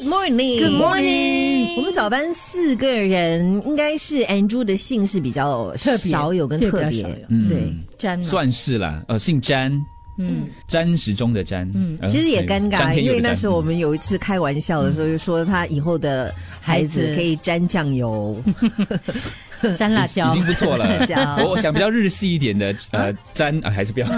Good morning. Good morning 我们早班四个人，应该是 Andrew 的姓是比较特别少有跟对特比较别少有，嗯对，詹嘛，算是啦，呃，姓詹， 嗯，詹时中的詹，嗯，其实也尴詹嗯尬，因天佑的为詹那时候我们有一次开玩笑的时候，就说他以后的孩孩子子可以沾酱油，山辣已椒经，不错 了这样。我我想比较日系一点的，呃，詹啊，还是不要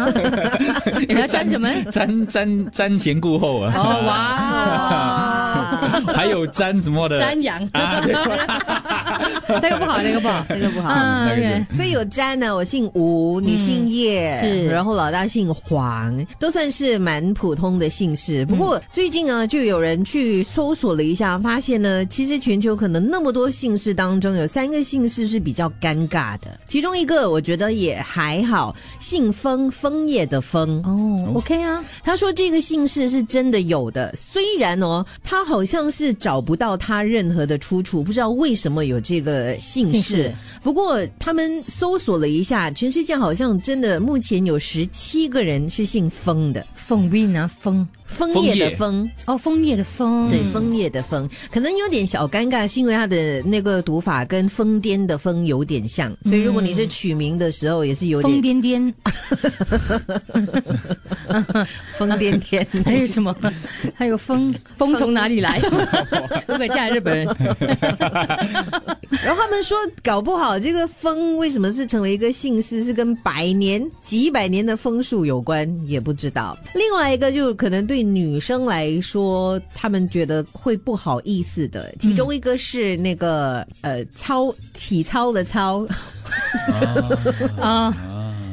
你要沾 什么？詹詹瞻前顾后啊。 哦， 哇， 还有詹什么的瞻仰啊，对，那个不好，那个不好，那个不好。嗯那个是，OK，所以有沾呢，我姓吴，你姓叶，是然后老大姓黄，都算是蛮普通的姓氏。不过最近呢，就有人去搜索了一下，发现呢，其实全球可能那么多姓氏当中，有三个姓氏是比较尴尬的。其中一个我觉得也还好，姓枫，枫叶的枫。哦，OK 啊，他说这个姓氏是真的有的，虽然哦，他好像是找不到他任何的出处，不知道为什么有这个姓氏。姓氏不过他们搜索了一下，全世界好像真的目前有十七个人是姓封的，风韵啊，风，枫叶的枫。哦，枫叶的枫，对，枫叶的枫，可能有点小尴尬，是因为它的那个读法跟疯癫的疯有点像，所以如果你是取名的时候，也是有 疯点癫癫，疯癫癫。还有什么？还有风，风从哪里 来？我本嫁日本人，然后他们说，搞不好这个风为什么是成为一个姓氏，是跟百年、几百年的风术有关，也不知道。另外一个就可能对女生来说，他们觉得会不好意思的。其中一个是那个、呃操体操的操， 啊，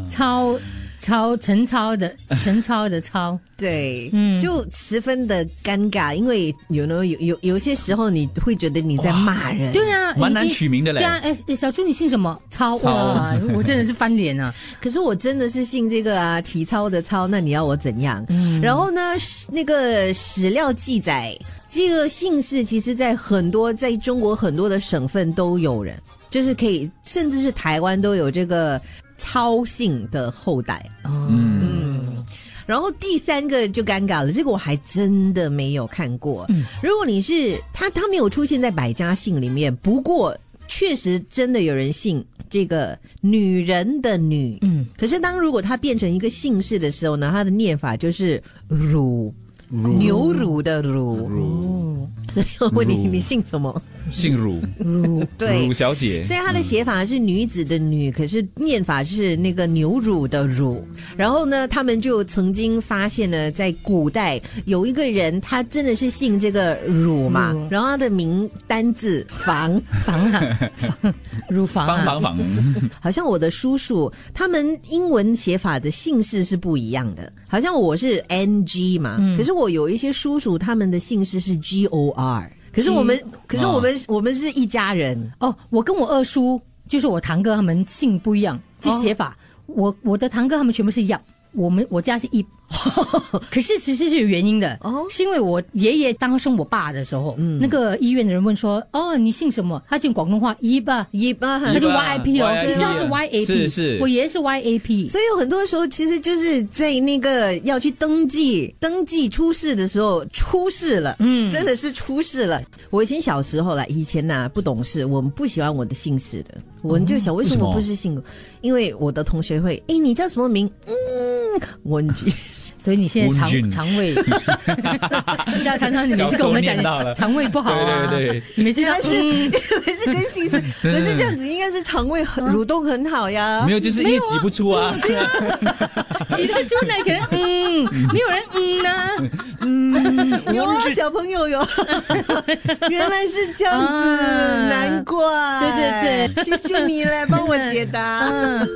超超陈超的陈超的超，对，嗯就十分的尴尬，因为有呢有有有些时候你会觉得你在骂人，对啊，蛮难你取名的嘞对。啊，哎，小猪你姓什么？超超哇，我真的是翻脸啊！可是我真的是信这个啊，体操的操，那你要我怎样？然后呢，史那个史料记载，这个姓氏其实在很多在中国很多的省份都有人，就是可以，甚至是台湾都有这个操姓的后代。嗯，然后第三个就尴尬了，这个我还真的没有看过。如果你是他，他没有出现在百家姓里面，不过确实真的有人姓这个女人的女。嗯，可是当如果它变成一个姓氏的时候呢，它的念法就是乳。牛乳的乳，哦所以我问你，乳你姓什么？姓乳，啊对乳，小姐，所以它的写法是女子的女，可是念法是那个牛乳的乳。然后呢，他们就曾经发现呢，在古代有一个人，他真的是姓这个乳嘛，乳然后他的名单字房，房啊，房乳房帮啊，帮忙，好像我的叔叔他们英文写法的姓氏是不一样的，好像我是 N G 嘛，可是我有一些叔叔他们的姓氏是 G O R。可是我们，可是我们，我们是一家人，哦，我跟我二叔，就是我堂哥他们姓不一样，就写法。我我的堂哥他们全部是样，我们我家是一。 可是其实是有原因的，哦是因为我爷爷当生我爸的时候，那个医院的人问说：“哦，你姓什么？”他讲广东话一吧，一啊般他就 YIP 了， YIP 哦其实他是啊 YAP，是是我爷爷是 YAP。所以有很多时候，其实就是在那个要去登记、登记出事的时候出事了，嗯，真的是出事了。我以前小时候啦，以前呐、不懂事，我们不喜欢我的姓氏的，我们就想为什么为什么不是姓？因为我的同学会，诶，你叫什么名？嗯，文举。所以你现在温肠俊肠胃，你知道常常你每次跟我们讲小时候念到了肠胃不好啊，对对对，你每次但都是、嗯 可是跟姓氏，可是这样子应该是肠胃很蠕动很好呀没。有，就是因为挤不出啊，挤得出来，可能嗯，没有人嗯呢、有啊，小朋友有， 原来是这样子，啊难怪。对对 对，谢谢你来帮我解答。嗯。